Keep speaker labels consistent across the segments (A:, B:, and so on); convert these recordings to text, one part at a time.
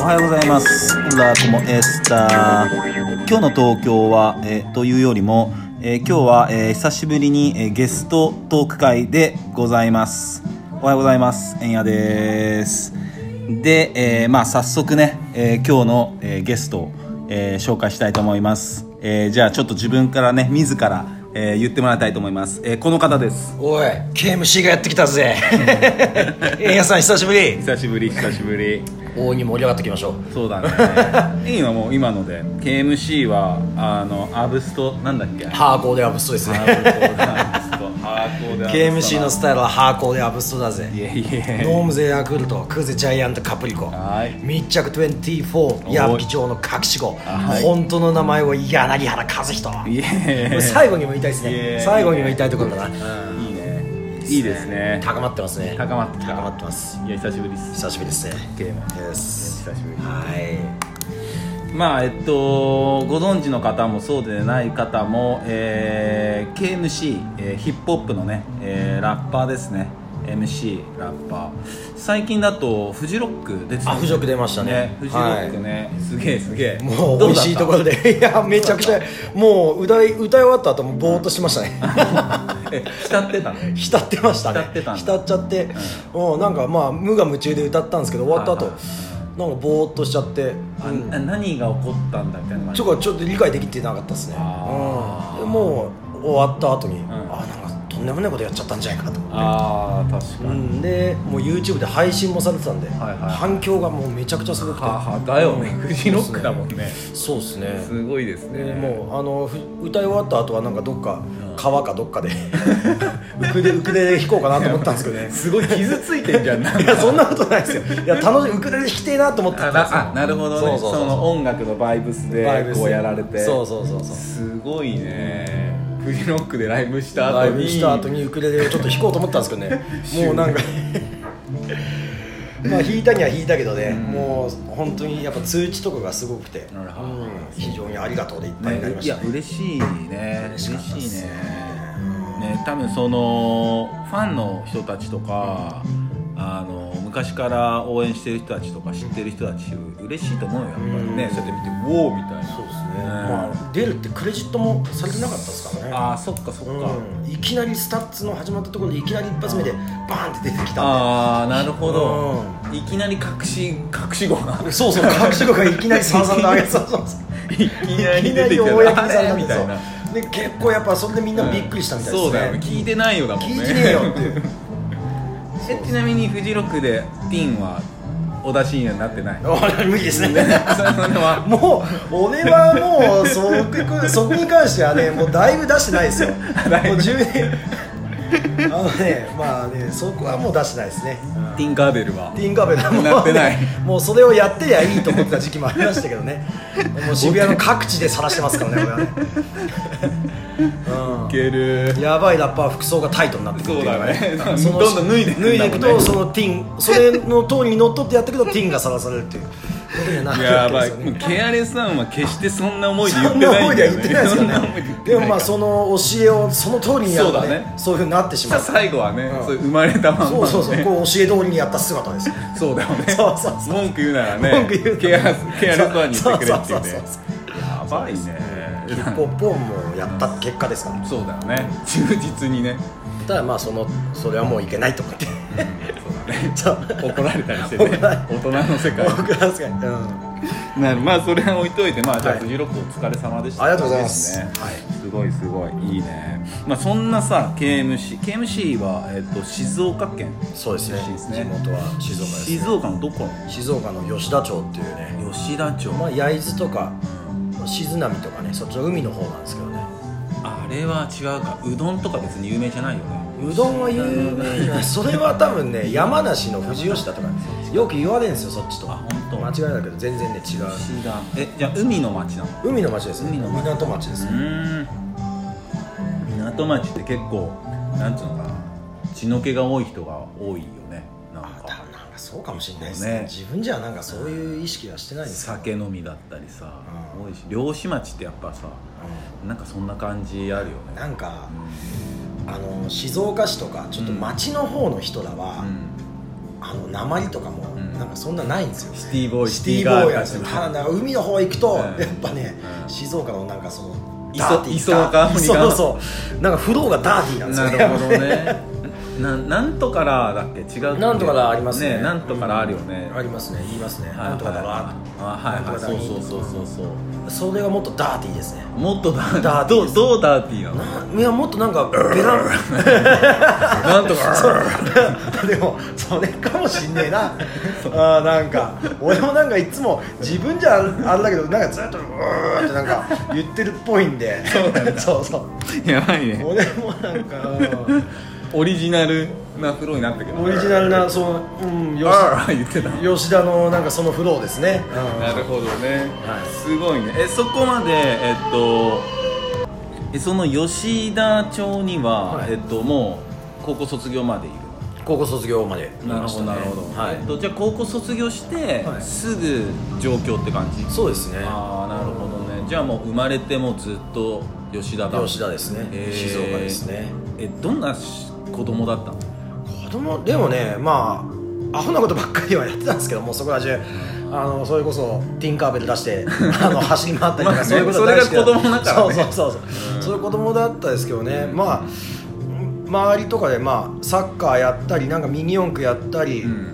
A: おはようございます。オラコモエスタ今日の東京は、えーというよりも、えー今日は、えー久しぶりに、えーゲストトーク会でございます。おはようございます。えんやです。で、えーまあ早速ね、えー今日の、えーゲストを、えー紹介したいと思います。えーじゃあちょっと自分からね、自ら、えー言ってもらいたいと思います。えーこの方です。
B: おい KMC がやってきたぜ円谷さん久しぶり
A: 久しぶり、久しぶり。
B: 大いに盛り上がっていきましょう
A: そうだ ねいいのもう今ので KMC はあのアブストなんだっけ
B: ハーコーでアブストです
A: ア
B: ね
A: ブストアブストハーコーでアブスト
B: KMC のスタイルはハーコーでアブストだぜ
A: いえい
B: ノ
A: え
B: ームゼヤクルトクゼジャイアントカプリコ
A: はい
B: 密着24矢吹城の隠し子
A: はい
B: 本当の名前は柳原和人
A: いえ
B: 最後にも言いたいです
A: いえ
B: ね最後にも言いたいところだない
A: いねいいですね
B: 高まってますね
A: 高まってきた
B: 高まってます
A: いや久しぶりです
B: 久しぶりですね
A: KM
B: です
A: 久しぶり
B: はい
A: まあえっとご存知の方もそうでない方も、えー KMC、えーヒップホップのね、えーラッパーですね MC ラッパー最近だとフジロック出てた
B: あフジロック出ましたね
A: フジロックね、すげえすげえ
B: もう
A: どうだ
B: 美味
A: った
B: しいところでいやめちゃくちゃもう歌い歌い終わった後もぼーっとしましたね
A: え浸ってたの
B: 浸ってましたね
A: 浸ってたんだ
B: っちゃって、もうなんかまあ無我夢中で歌ったんですけど終わった後、
A: はいは
B: なんかぼーっとしちゃって、
A: あ
B: うん
A: な何が起こったんだみたいな感
B: ち
A: じ
B: ょっとちょっと理解できてなかったですね、
A: あー
B: うん、もう終わった後に、
A: ん
B: あなんかとんでもないことやっちゃったんじゃないかと思って
A: ああ確かに、
B: うん、でもう YouTube で配信もされてたんで、
A: はいはい
B: 反響がもうめちゃくちゃすごくて
A: はあはあだよね、フジロックだもんね
B: そうですね
A: すごいですね
B: でもうあのふ歌い終わった後はなんかどっか川かどっかで ウクレウクレレ弾こうかなと思ったんですけ どね
A: すごい傷ついてんじゃ んなんか
B: いやそんなことないですよいや楽しいウクレレ弾きてえなと思ってた
A: あ
B: んですよ
A: なあなるほどね
B: そうそう
A: そ
B: そう
A: の音楽のバイブス
B: バイ
A: で
B: ブス
A: こうやられて
B: そうそうそうそう
A: すごいねフジロックでライブした
B: ラ
A: 後
B: イ
A: に
B: ブした後にウクレレをちょっと弾こうと思ったんですけどね もうなんかまあ弾いたには弾いたけどね、もう本当にやっぱ通知とかがすごくて、
A: なるほど
B: うん非常にありがとうでいっぱいにな
A: ね
B: りま
A: い
B: し
A: や
B: た、
A: 嬉しいね嬉
B: 嬉しかったっす
A: しいねね多分そのファンの人たちとかあの昔から応援してる人たちとか知ってる人たち嬉しいと思うよやっぱりね
B: う
A: そ
B: ん
A: うやって見て「ウォー」みたい
B: そうですね、
A: ね
B: まあ、出るってクレジットもされてなかったですからね
A: なあーそっかそっか
B: うんいきなりスタッツの始まったところでいきなり一発目でバーンって出てきたん
A: ああなるほどいきなり隠し隠し子が
B: でそうそう隠し子がいきなりさんさんと上げそうそうそう
A: いきなり出てき
B: 公
A: た
B: にされ
A: あ
B: た
A: れみたいな
B: で結構やっぱそれでみんなびっくりしたみたいです
A: そ
B: ね、
A: うだよね聞いてないよだもんね
B: 聞いてねえよっていう
A: えちなみにフジロックでティンはお出しにはなってない
B: 俺無理ですね
A: それは
B: もう俺はもうそこそこに関してはねもうだいぶ出してないですよもう
A: だいぶ
B: 10年あのねまあねそこはもう出してないですね
A: ティンガーベルは
B: ティンカーベルも
A: なってない
B: もうそれをやってりゃいいと思ってた時期もありましたけ どねもう渋谷の各地で晒してますからね俺はね
A: いける
B: やばいラッパー服装がタイトになってくるっていうのが
A: そうだね
B: その
A: どんどん脱いでくんだもん
B: 脱
A: ね
B: いでいくとそのティンそれの通りにのっとってやっていくとティンが晒されるっていうことにはなる
A: や
B: わ
A: ば
B: け
A: い
B: ですよね
A: ケアレスさんは決してそんな思いで言っ
B: そ
A: て
B: んな
A: ない
B: 思
A: ん
B: いで
A: だよ
B: は言っ
A: ね
B: てないですよ
A: そん
B: ね
A: な思いで言って
B: で
A: ない
B: もまあその教えをその通りにやると
A: そうだ
B: ね
A: ね
B: そういうふうになってしまう
A: 最後はね、
B: うん
A: そういう生まれたまんまの
B: そう
A: ね
B: そうそうこう教え通りにやった姿です
A: そうだよね
B: そうそうそう
A: 文句言うならね
B: 文句言うな
A: ケア
B: ら
A: レスケアレスワンに言ってくれっていう
B: そうそう
A: ね
B: そうそう
A: やばいね
B: ヒップホップをもうやった結果ですから
A: そうだよね忠実にね
B: ただまあそのそれはもういけないと思ってそうだね
A: 怒られたりしてね
B: 怒られ
A: 大人の世界
B: 僕は確かに、うん、
A: なるまあそれは置いといてまあじゃあ
B: はい
A: フジロックお疲れ様でした
B: ありがとうございます
A: ね
B: はい
A: すごいすごいいいねまあそんなさ KMC KMC はえっと静岡県
B: そうですね
A: 出身ですね
B: 地元は静岡です、
A: 静岡のどこ
B: 静岡の吉田町っていうね、
A: 吉田町
B: まあ、焼津とか静波とかねそっちの海の方なんですけどね
A: あれは違うかうどんとか別に有名じゃないよね
B: うどんは有名なそれは多分ね山梨の富士吉田とかよく言われるんですよそっちと
A: あ本当
B: 間違いだけど全然ね違う
A: 吉田えじゃあ海の町なの
B: 海の町ですね
A: 海の町
B: 港町です
A: う
B: ね
A: ーん港町って結構なんつうのかな血の気が多い人が多いよねなん
B: あ
A: か
B: なんかそうかもしれないです
A: ね
B: ね自分じゃなんかそういう意識はしてないんですよ、
A: 酒飲みだったりさ
B: うん
A: 多いし漁師町ってやっぱさなんかそんな感じあるよ
B: うん
A: ね
B: なんかあの静岡市とかちょっと町の方の人らは、
A: うん
B: あの鉛とかも
C: うん
B: なんかそんなないんですよ、
A: シティボーイ
B: シティボーイなんです
A: シ
B: よ
A: ティ
B: た
A: ガ
B: だ
A: ール
B: なんか海の方行くと、
A: うん
B: やっぱね、
A: うん
B: 静岡のなんかその
A: 磯
B: ダーティー
A: 磯の香りが
B: そうそうなんかフローがダーティーなんですよ
A: な
B: ね
A: るほどね ななんとからだっけ違うっけ
B: なんとからありますね
A: なんとからあるよね、
B: ありますね言いますね、
A: はい
B: なんとかだ
A: あ
B: な
A: はいはいそうそうそうそうそう
B: それがもっとダーティーですね
A: もっとダ
B: ダー
A: ー
B: ティー
A: ど
B: で
A: う
B: す
A: どうダーティーなの
B: ないやもっとなんかベ ラン
A: なんとか
B: でもそれかもしんねえなあーなんか俺もなんかいつも自分じゃあれだけどなんかずっとうーってなんか言ってるっぽいんでそうそ う
A: やばいね
B: 俺もなんか
A: オリジナルなフローになったけど
B: オリジナルなその、うん、よ
A: あー言ってた
B: し吉田のなんかそのフローですね、
A: なるほどね、
B: はい
A: すごいねえそこまでえっとえその吉田町には、
B: はい
A: えっともう高校卒業までいる
B: 高校卒業まで
A: なるほど、なるほど、
B: は
A: えっと、じゃあ高校卒業して、
B: はい
A: すぐ上京って感じ
B: そうですね
A: ああなるほどねじゃあもう生まれてもずっと吉田だ
B: 吉田ですね
A: へー
B: 静岡ですね
A: えどんなし子供だったの
B: 子供でもねまあアホなことばっかりはやってたんですけどもうそこら中あのそれこそティンカーベル出して あの走り回ったり
A: ま
B: と
A: あ
B: か
A: ね
B: そういうこと大好き
A: それが子供だからね
B: そうそうそうそう、そういう子供だったですけどね、まあ周りとかで、まあ、サッカーやったりなんかミニ四駆やったり、
A: うん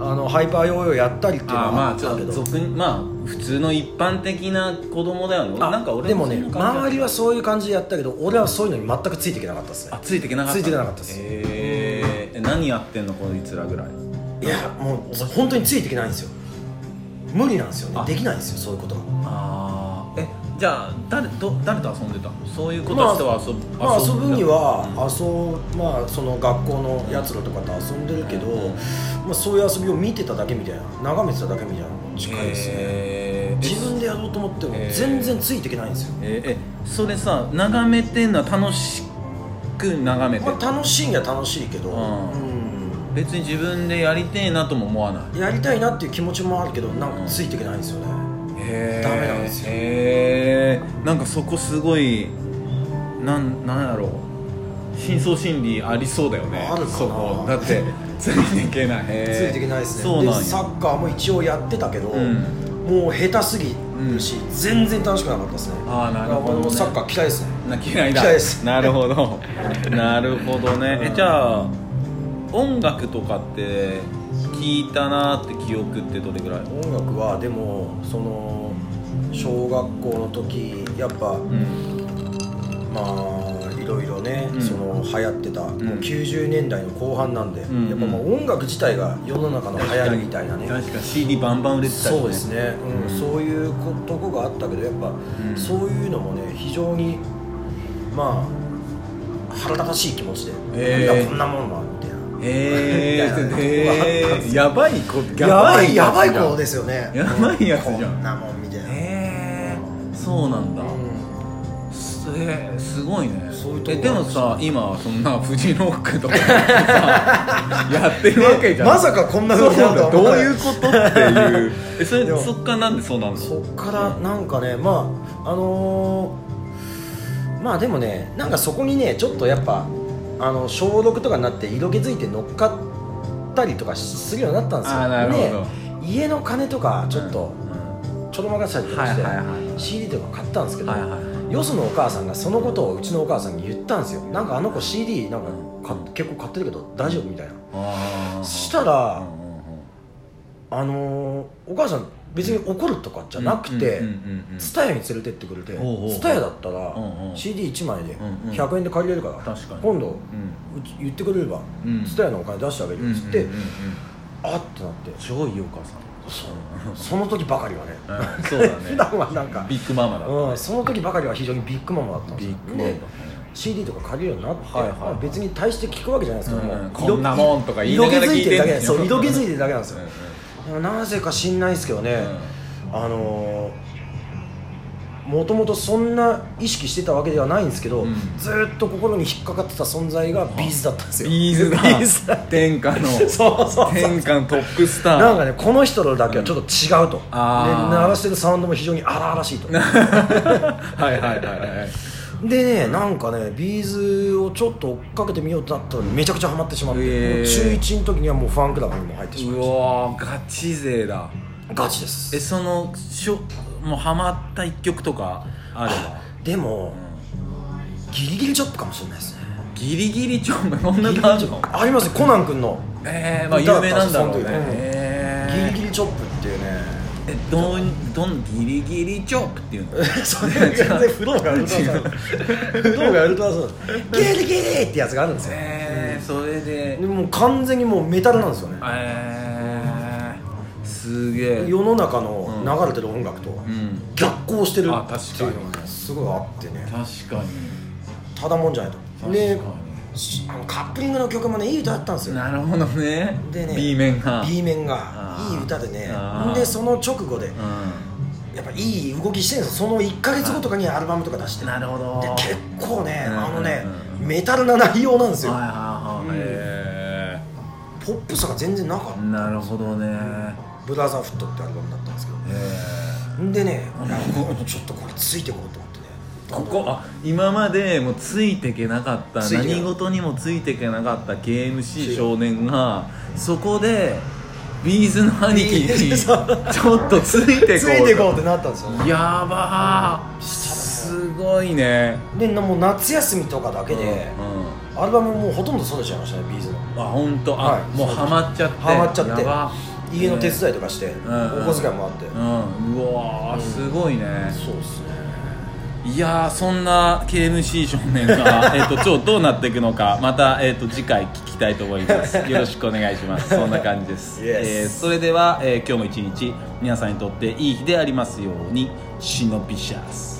B: あのハイパーヨーヨーやったりっていうの
A: あー
B: は
A: ま
B: あ
A: あ
B: っ
A: ち
B: た
A: ょっ
B: け
A: と
B: ど、
A: 俗にまあ普通の一般的な子供だよね
B: あ
A: なんか俺
B: でもね
A: そんな感じだった
B: 周りはそういう感じでやったけど俺はそういうのに全くついていけなかったですね
A: あついていけなかった
B: ついていけなかったです
A: えー、え何やってんのこいつらぐらい
B: いやもう本当についていけないんですよ無理なんですよね
A: あ
B: できないんですよそういうことが
A: ああえじゃあ誰と誰と遊んでたのそういう子たちとは遊ぶ、
B: まあ、遊
A: んだ
B: ぶには遊ぶ、まあ、その学校のやつらとかと遊んでるけど、まあ、そういう遊びを見てただけみたいな眺めてただけみたいなのが近いですね、
A: えー
B: 自分でやろうと思っても
A: えー
B: 全然ついていけないんですよ、
A: えーえそれさ眺めてんのは楽しく眺めてる
B: まあ、楽しいには楽しいけど、
A: うん
B: うん
A: 別に自分でやりてえなとも思わない
B: やりたいなっていう気持ちもあるけどなんかついていけないんですよね、
A: へ
B: ダメなんですよ
A: へえなんかそこすごいなんなんやろう深層心理ありそうだよね
B: あるかな
A: そこだってついていけないつ
B: ついていけないですね
A: そうなん
B: でサ
A: や
B: ッカーも一応やってたけど、
A: うん
B: もう下手すぎるし、全然楽しくなかったですね
A: あーなるほどね
B: だからもうサッカー嫌いですね
A: な嫌いだ
B: 嫌いです
A: なるほどなるほどねえじゃあ音楽とかって聞いたなって記憶ってどれぐらい
B: 音楽はでもその小学校の時やっぱ、
A: うん
B: まあいろいろね、
A: うん
B: その流行ってた、
A: ん
B: もう90年代の後半なんで、
A: ん
B: やっぱまあ音楽自体が世の中の流行りみたいなね
A: 確かに CD バンバン売れてたよね
B: そうですね、うんそういうことこがあったけどやっぱ、
A: ん
B: そういうのもね非常にまあ腹立たしい気持ちで、
A: えー
B: なんだこんなもんはみたいな
A: へ
B: み たいな
A: えー、やばい子
B: やばいや
A: や
B: ば
A: ば
B: い
A: い子
B: 子ですよね
A: やばいやつじゃん
B: こんなもんみたいな、
A: へえー、そうなんだ、
B: うん
A: すえーすごいね
B: そういうとこ
A: えでもさ今そんなフジロックとかさやってるわけじゃん、
B: まさかこんな
A: そ
B: 風
A: う
B: にな
A: だ
B: るとは
A: ど
B: 思
A: う
B: わない
A: いうことって いうえそ
B: で
A: れ
B: も
A: そっからなんでそうなるの
B: そっからなんかねまああのーまあでもねなんかそこにねちょっとやっぱあの消毒とかになって色気づいて乗っかったりとかするようになったんですよ
A: あーなるほど
B: で家の金とかちょっと
A: うん
B: ちょろまかしたりとかして、
A: はいはいはい
B: CD とか買ったんですけど、
A: はいはいはい
B: よそのお母さんがそのことをうちのお母さんに言ったんですよなんかあの子 CD なんか買っ結構買ってるけど大丈夫みたいな
A: あー
B: そしたら、
A: うんうんうん
B: あのーお母さん別に怒るとかじゃなくて
A: うんうんうんうん
B: 蔦屋に連れてってくれて
A: おうおう
B: 蔦屋だったら
A: うんうん
B: CD1 枚で
A: うんうん
B: 100円で借りれるから
A: 確かに
B: 今度
A: うん
B: うち言ってくれれば
A: うん
B: 蔦屋のお金出してあげるよっつ
A: う
B: って
A: んうんうん
B: あってなって
A: 超いいお母 さん
B: そうその時ばかりはね
A: うんそうだね
B: 普段はなんか
A: ビッグママだった、
B: うんその時ばかりは非常にビッグママだったんです
A: ビ
B: よ
A: ッグママだ
B: で
A: った
B: CD とか借りるようになって
A: はいはいはい
B: まあ別に大して聞くわけじゃないですけども
A: うん
B: う
A: こんなもんとか言いながら
B: 色気づいてるだけ
A: 聞いてんだよ
B: そう色気づいてるだけなんです
A: う
B: よ
A: んうん
B: でもなぜか知んないですけどね、あのもともとそんな意識してたわけではないんですけど、
A: うん
B: ずーっと心に引っかかってた存在がビーズだったんですよ
A: ビーズだ
B: ビズだ
A: 天下の
B: そうそうそう
A: 天下のトップスター
B: なんかねこの人のだけはちょっと違うと、で
A: あー
B: 鳴らしてるサウンドも非常に荒々しいと
A: はいはいはいはい
B: でねなんかねビーズをちょっと追っかけてみようとなったらめちゃくちゃハマってしまって、
A: へえ
B: もう中1の時にはもうファンクラブにも入ってしま
A: う
B: いまし
A: わーガチ勢だ
B: たガチです
A: えそのしょもうハマった一曲とかあれば
B: でもギリギリチョップかもしれないですね
A: ギリギリちょんそんな感じの
B: ありますよコナン君の
A: ええまあ有名なんだろうね
B: 歌だったんですよその時うん「
A: え
B: ギ
A: ー
B: リギリチョップ」っていうね
A: えどんどんギリギリチョップっていうの
B: それ全然フローがウルトラソウルフローがウルトラソウルギリギリってやつがあるんですよ
A: えー、それで
B: でもう完全にもうメタルなんですよね
A: えー、すげえ
B: 世の中の流れてる音楽と
A: うん
B: 逆行してる
A: あ
B: っていうのがねすごいあってね
A: 確か
B: ただもんじゃないと
A: に
B: で
A: 確か
B: しあのカップリングの曲もねいい歌だったんです
A: に
B: よ
A: なるほどね
B: でね
A: B 面が
B: B 面
A: あ
B: が
A: ー
B: いい歌でね
A: あー
B: でその直後で
A: う
B: やっぱいい動きしてるんですよその1か月後とかにアルバムとか出して
A: んなるほど
B: で結構ね
A: うん
B: あのね
A: うん
B: メタルな内容なんですよ
A: はいはいはいへ
B: ポップさが全然なかっ
A: ーなるほどね
B: たブラザーフットってアルバムだったんですけど
A: へー
B: でね、いやちょっとこれついてこうと思ってね
A: ここあ今までもうついてけなかった
B: ついてけない
A: 何事にもついてけなかった KMC 少年がそこでビーズの兄貴にち
B: そう
A: ょっとついて
B: つ
A: こう
B: いていこうってなったんですよね
A: やばーすごいね
B: でなもう夏休みとかだけで、
A: うんうん
B: アルバムもうほとんど揃えちゃいましたねビーズの
A: あ本当あ、
B: はい
A: もうハマっちゃって
B: ハマっちゃって
A: やば
B: 家の手伝いとかして、
A: ん
B: お小遣いもあって、
A: うんうわーすごいね、
B: そうですね
A: いやーそんな KMC 少年がえっと今日どうなっていくのかまた、えっと次回聞きたいと思いますよろしくお願いしますそんな感じです、
B: Yes
A: えーそれでは、えー今日も一日皆さんにとっていい日でありますようにシノビシャス